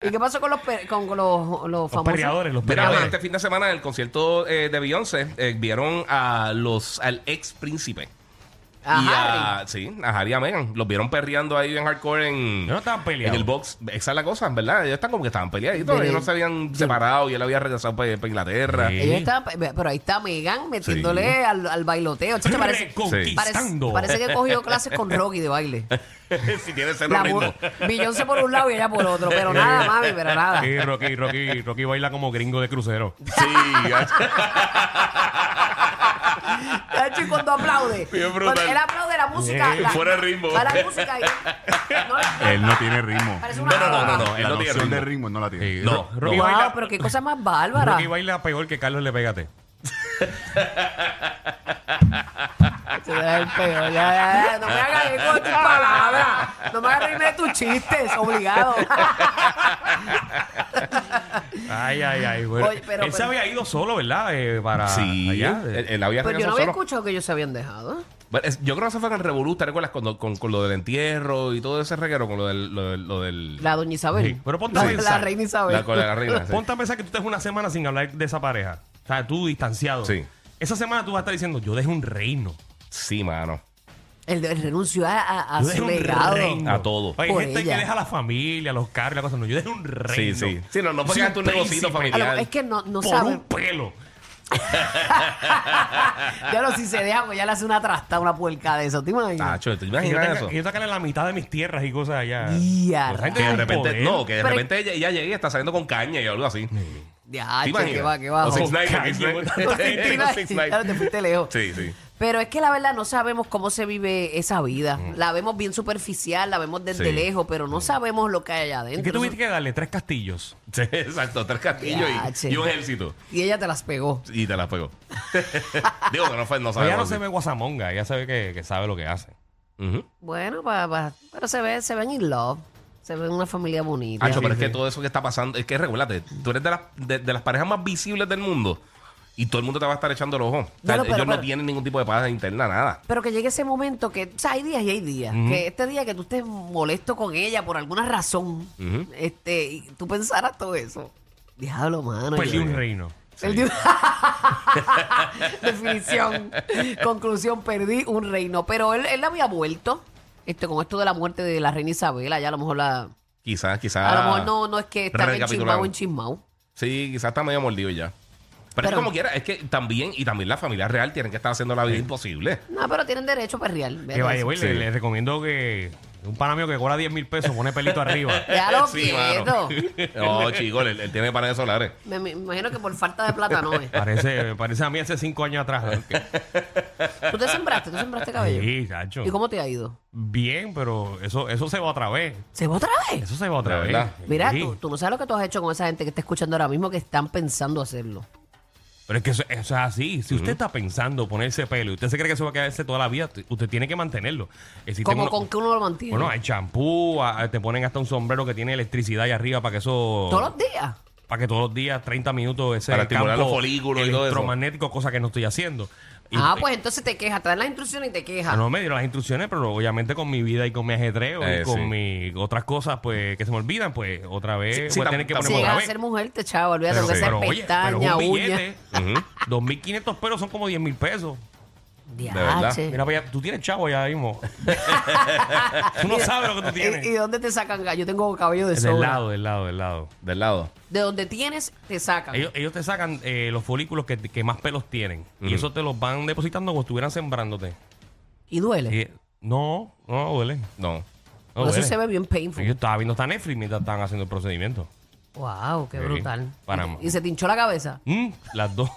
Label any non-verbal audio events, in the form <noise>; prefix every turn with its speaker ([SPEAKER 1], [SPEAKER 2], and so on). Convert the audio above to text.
[SPEAKER 1] ¿Y qué pasó con los, pe- con, con los, los
[SPEAKER 2] Los
[SPEAKER 1] famosos?
[SPEAKER 2] perreadores, los
[SPEAKER 3] Mira,
[SPEAKER 2] perreadores.
[SPEAKER 3] este fin de semana en el concierto eh, de Beyoncé eh, vieron a los al ex príncipe.
[SPEAKER 1] A
[SPEAKER 3] y
[SPEAKER 1] Harry.
[SPEAKER 3] a, sí, a Harry y a Meghan. Los vieron perreando ahí en hardcore en,
[SPEAKER 2] No estaban peleados.
[SPEAKER 3] en el box. Esa es la cosa, en verdad. Ellos están como que estaban peleaditos.
[SPEAKER 1] Pero-
[SPEAKER 3] Ellos no se habían separado y él había regresado para, Inglaterra.
[SPEAKER 2] Sí.
[SPEAKER 1] Ellos estaban- pe- pero ahí está Megan metiéndole
[SPEAKER 3] Sí.
[SPEAKER 1] al, al bailoteo. Chacho, parece,
[SPEAKER 3] Sí.
[SPEAKER 1] parece,
[SPEAKER 2] Reconquistando.
[SPEAKER 1] parece que cogió clases con Rocky de
[SPEAKER 3] <laughs>
[SPEAKER 1] baile.
[SPEAKER 3] <laughs> si tiene ese
[SPEAKER 1] La
[SPEAKER 3] ritmo.
[SPEAKER 1] mu- Beyoncé por un lado y ella por otro. Pero nada, mami, pero nada.
[SPEAKER 2] Sí, Rocky, Rocky, Rocky baila como gringo de crucero.
[SPEAKER 3] Sí,
[SPEAKER 1] Chacho, y cuando aplaude.
[SPEAKER 3] Bien brutal.
[SPEAKER 1] Cuando él aplaude la música.
[SPEAKER 2] Sí,
[SPEAKER 1] la-
[SPEAKER 3] fuera de ritmo.
[SPEAKER 1] Va la música y-
[SPEAKER 2] <laughs>
[SPEAKER 1] le-
[SPEAKER 4] Él no tiene ritmo.
[SPEAKER 1] Parece una
[SPEAKER 3] no, no, no, no, no. Él
[SPEAKER 4] La
[SPEAKER 3] no tiene
[SPEAKER 4] noción de
[SPEAKER 3] ritmo.
[SPEAKER 4] ritmo no la tiene.
[SPEAKER 3] No,
[SPEAKER 2] Ro- Rocky
[SPEAKER 3] no.
[SPEAKER 1] Wow,
[SPEAKER 2] baila,
[SPEAKER 1] pero qué cosa más bárbara.
[SPEAKER 2] Rocky baila peor que Carlos Le Pégate.
[SPEAKER 1] Tú eres el peor. Ya, ya, ya. No me hagas reír con tus palabras. No me hagas reírme de tus chistes,
[SPEAKER 2] <laughs>
[SPEAKER 1] obligado.
[SPEAKER 2] Ay, ay, ay. Bueno.
[SPEAKER 1] Oye, pero-
[SPEAKER 2] él se
[SPEAKER 1] pero-
[SPEAKER 2] había ido solo, ¿verdad? Eh, para
[SPEAKER 3] Sí, Eh,
[SPEAKER 2] allá.
[SPEAKER 3] él, él había
[SPEAKER 1] Pero Pues yo no
[SPEAKER 3] regresado
[SPEAKER 1] había
[SPEAKER 3] solo.
[SPEAKER 1] escuchado que ellos se habían dejado.
[SPEAKER 3] Bueno, es- Yo creo que eso fue con el Revolú, ¿te recuerdas? Con, con, con lo del entierro y todo ese reguero, con lo del... Lo del, lo del-
[SPEAKER 1] La doña Isabel.
[SPEAKER 2] Sí, pero ponte a
[SPEAKER 1] la,
[SPEAKER 2] pensar.
[SPEAKER 1] la reina Isabel.
[SPEAKER 3] la- con la reina. sí.
[SPEAKER 2] Eh, Ponte a pensar que tú estás una semana sin hablar de esa pareja. O sea, tú distanciado.
[SPEAKER 3] Sí.
[SPEAKER 2] Esa semana tú vas a estar diciendo, yo dejé un reino.
[SPEAKER 3] Sí, mano.
[SPEAKER 1] El, el renuncio a, a- a
[SPEAKER 2] Yo dejé
[SPEAKER 1] su
[SPEAKER 2] un
[SPEAKER 1] legado.
[SPEAKER 2] reino.
[SPEAKER 3] A todo.
[SPEAKER 2] Hay
[SPEAKER 1] Por
[SPEAKER 2] gente
[SPEAKER 1] ella.
[SPEAKER 2] que deja la familia, los carros y la cosa. No, yo dejé un reino.
[SPEAKER 3] Sí, sí. Sí, no, no
[SPEAKER 2] Yo
[SPEAKER 3] podías
[SPEAKER 2] soy
[SPEAKER 3] tu
[SPEAKER 2] un
[SPEAKER 3] negocito
[SPEAKER 2] príncipe.
[SPEAKER 1] A lo-
[SPEAKER 3] familiar.
[SPEAKER 1] es que no, no
[SPEAKER 2] por
[SPEAKER 1] saben.
[SPEAKER 2] un pelo.
[SPEAKER 1] Ya no, si se deja, pues ya le hace una trasta, una puerca de eso. ¿Te imaginas?
[SPEAKER 3] Nacho, ¿te
[SPEAKER 2] Y yo,
[SPEAKER 3] imaginas
[SPEAKER 2] tengo,
[SPEAKER 3] eso?
[SPEAKER 2] y yo sacarle la mitad de mis tierras y cosas allá.
[SPEAKER 1] Ya,
[SPEAKER 2] Pues, gente
[SPEAKER 3] Que de
[SPEAKER 2] con
[SPEAKER 3] repente,
[SPEAKER 2] poder.
[SPEAKER 3] no, que de
[SPEAKER 1] Pero-
[SPEAKER 3] repente ella, ella llegue y está saliendo con caña y algo así.
[SPEAKER 1] Ya,
[SPEAKER 3] ¿Te
[SPEAKER 1] che,
[SPEAKER 3] imaginas?
[SPEAKER 1] que va, que va.
[SPEAKER 3] O
[SPEAKER 1] <laughs>
[SPEAKER 3] Six
[SPEAKER 1] Ojo.
[SPEAKER 3] Nine,
[SPEAKER 2] Caña,
[SPEAKER 3] Six Nine. <laughs>
[SPEAKER 2] botando
[SPEAKER 1] Te iba a decir, claro, te fuiste lejos.
[SPEAKER 3] Sí, sí. <laughs>
[SPEAKER 1] Pero es que la verdad no sabemos cómo se vive esa vida. La vemos bien superficial, la vemos desde
[SPEAKER 3] Mm. Sí. Mm.
[SPEAKER 1] lejos, pero no sabemos lo que hay allá
[SPEAKER 2] ¿Y
[SPEAKER 1] adentro.
[SPEAKER 2] qué tuviste que darle? Tres castillos. Pues
[SPEAKER 3] Sí, exacto, tres castillos
[SPEAKER 1] Ya,
[SPEAKER 3] y,
[SPEAKER 1] che.
[SPEAKER 3] y un ejército.
[SPEAKER 1] Y ella te las pegó.
[SPEAKER 3] Y te la pegó. <laughs> Digo que no fue, no
[SPEAKER 2] Pero ella no
[SPEAKER 3] sabemos.
[SPEAKER 2] se ve guasamonga, ella sabe que, que sabe lo que hace.
[SPEAKER 3] Ujú.
[SPEAKER 1] Bueno, pa- pa- pero se ve, se ven in love. Se ven una familia bonita.
[SPEAKER 3] Ancho, pero es que todo eso que está pasando, es que recuérdate, tú eres de las, de, de las parejas más visibles del mundo y todo el mundo te va a estar echando el ojo. O sea,
[SPEAKER 1] No, no, pero-
[SPEAKER 3] ellos
[SPEAKER 1] pero-
[SPEAKER 3] no tienen ningún tipo de paz interna, nada.
[SPEAKER 1] Pero que llegue ese momento que, o sea, hay días y hay días. Que este día que tú estés molesto con ella por alguna razón,
[SPEAKER 3] Ujú.
[SPEAKER 1] este, y tú pensaras todo eso. Diablo, mano.
[SPEAKER 2] Perdí
[SPEAKER 1] yo-
[SPEAKER 2] Pues, un reino.
[SPEAKER 1] <laughs> Perdí un- Definición. Conclusión, perdí un reino. Pero él, él había vuelto este, con esto de la muerte de la reina Isabela. Ya a lo mejor la.
[SPEAKER 3] Quizás, quizás.
[SPEAKER 1] A
[SPEAKER 2] Ah.
[SPEAKER 1] lo mejor no, no es que está
[SPEAKER 3] recapitularon.
[SPEAKER 1] enchismado enchismado.
[SPEAKER 3] Sí, quizás está medio mordido ya. Pero, es
[SPEAKER 1] Pero-
[SPEAKER 3] como quiera, es que también, y también la familia real tienen que estar haciendo la vida imposible.
[SPEAKER 1] No, pero tienen derecho a perrear.
[SPEAKER 2] Que
[SPEAKER 1] pues.
[SPEAKER 2] vaya, güey, le,
[SPEAKER 3] Sí.
[SPEAKER 2] le recomiendo que un pana mío que cobra 10 mil pesos pone pelito arriba.
[SPEAKER 1] <laughs> Ya
[SPEAKER 2] <laughs>
[SPEAKER 1] lo
[SPEAKER 3] Sí,
[SPEAKER 1] quieto.
[SPEAKER 3] mano. <laughs> No, chicos, él, él tiene paneles solares.
[SPEAKER 1] Me, me imagino que por falta de plata no es.
[SPEAKER 2] Parece, parece a mí hace 5
[SPEAKER 1] <laughs>
[SPEAKER 2] años atrás.
[SPEAKER 1] Tú te sembraste, tú sembraste cabello.
[SPEAKER 2] Sí, chacho.
[SPEAKER 1] ¿Y cómo te ha ido?
[SPEAKER 2] Bien, pero eso, eso se va otra vez.
[SPEAKER 1] ¿Se va otra vez?
[SPEAKER 2] Eso se va otra
[SPEAKER 3] De
[SPEAKER 2] vez.
[SPEAKER 3] verdad.
[SPEAKER 1] Mira,
[SPEAKER 2] Sí.
[SPEAKER 1] tú, tú no sabes lo que tú has hecho con esa gente que está escuchando ahora mismo que están pensando hacerlo.
[SPEAKER 2] Pero es que eso, eso es así. Si usted está pensando ponerse pelo y usted se cree que eso va a quedarse toda la vida, t- usted tiene que mantenerlo. Existe
[SPEAKER 1] Como
[SPEAKER 2] uno-
[SPEAKER 1] con que uno lo mantiene.
[SPEAKER 2] Bueno, hay champú, a- a- te ponen hasta un sombrero que tiene electricidad ahí arriba para que eso...
[SPEAKER 1] Todos los días.
[SPEAKER 2] para que todos los días 30 minutos ese
[SPEAKER 3] Para estimular
[SPEAKER 2] campo
[SPEAKER 3] los folículos y todo eso.
[SPEAKER 2] electromagnético, cosa que no estoy haciendo. Y-
[SPEAKER 1] Ah, pues entonces te quejas, traen las instrucciones y te
[SPEAKER 2] Ah,
[SPEAKER 1] quejas.
[SPEAKER 2] No me dieron las instrucciones, pero obviamente con mi vida y con mi ajetreo
[SPEAKER 3] Eh,
[SPEAKER 2] y con
[SPEAKER 3] sí.
[SPEAKER 2] mi otras cosas pues que se me olvidan, pues otra vez
[SPEAKER 3] Sí,
[SPEAKER 2] voy
[SPEAKER 3] sí,
[SPEAKER 2] a
[SPEAKER 3] tam-
[SPEAKER 2] tener que
[SPEAKER 3] tam-
[SPEAKER 2] ponerme
[SPEAKER 1] si
[SPEAKER 2] otra
[SPEAKER 3] Bueno,
[SPEAKER 1] llegas a
[SPEAKER 2] vez.
[SPEAKER 1] ser mujer, te chavo, olvídate
[SPEAKER 2] Pero,
[SPEAKER 1] lo que hacer
[SPEAKER 2] pero, oye, pero
[SPEAKER 1] pestaña,
[SPEAKER 2] es un
[SPEAKER 1] uña.
[SPEAKER 2] billete, 2.500 pesos son como 10 mil pesos.
[SPEAKER 1] Diache.
[SPEAKER 2] Mira, vaya, tú tienes chavo ya <laughs> mismo. tú no sabes lo que tú tienes.
[SPEAKER 1] ¿Y, y dónde te sacan? ga- Yo tengo cabello de
[SPEAKER 2] del
[SPEAKER 1] sobra.
[SPEAKER 2] lado, del lado, del lado.
[SPEAKER 3] Del lado.
[SPEAKER 1] De donde tienes, te sacan.
[SPEAKER 2] Ellos, ellos te sacan eh, los folículos que, que más pelos tienen. Y eso te los van depositando como si estuvieran sembrándote.
[SPEAKER 1] y duele.
[SPEAKER 2] Y- no, no duele.
[SPEAKER 3] No.
[SPEAKER 2] No
[SPEAKER 1] Por eso
[SPEAKER 2] duele.
[SPEAKER 1] se ve bien painful.
[SPEAKER 2] Yo estaba viendo esta Netflix mientras estaban haciendo el procedimiento.
[SPEAKER 1] Wow, qué
[SPEAKER 2] Sí,
[SPEAKER 1] brutal.
[SPEAKER 2] para-
[SPEAKER 1] y, y se te hinchó la cabeza.
[SPEAKER 2] Mm, las dos.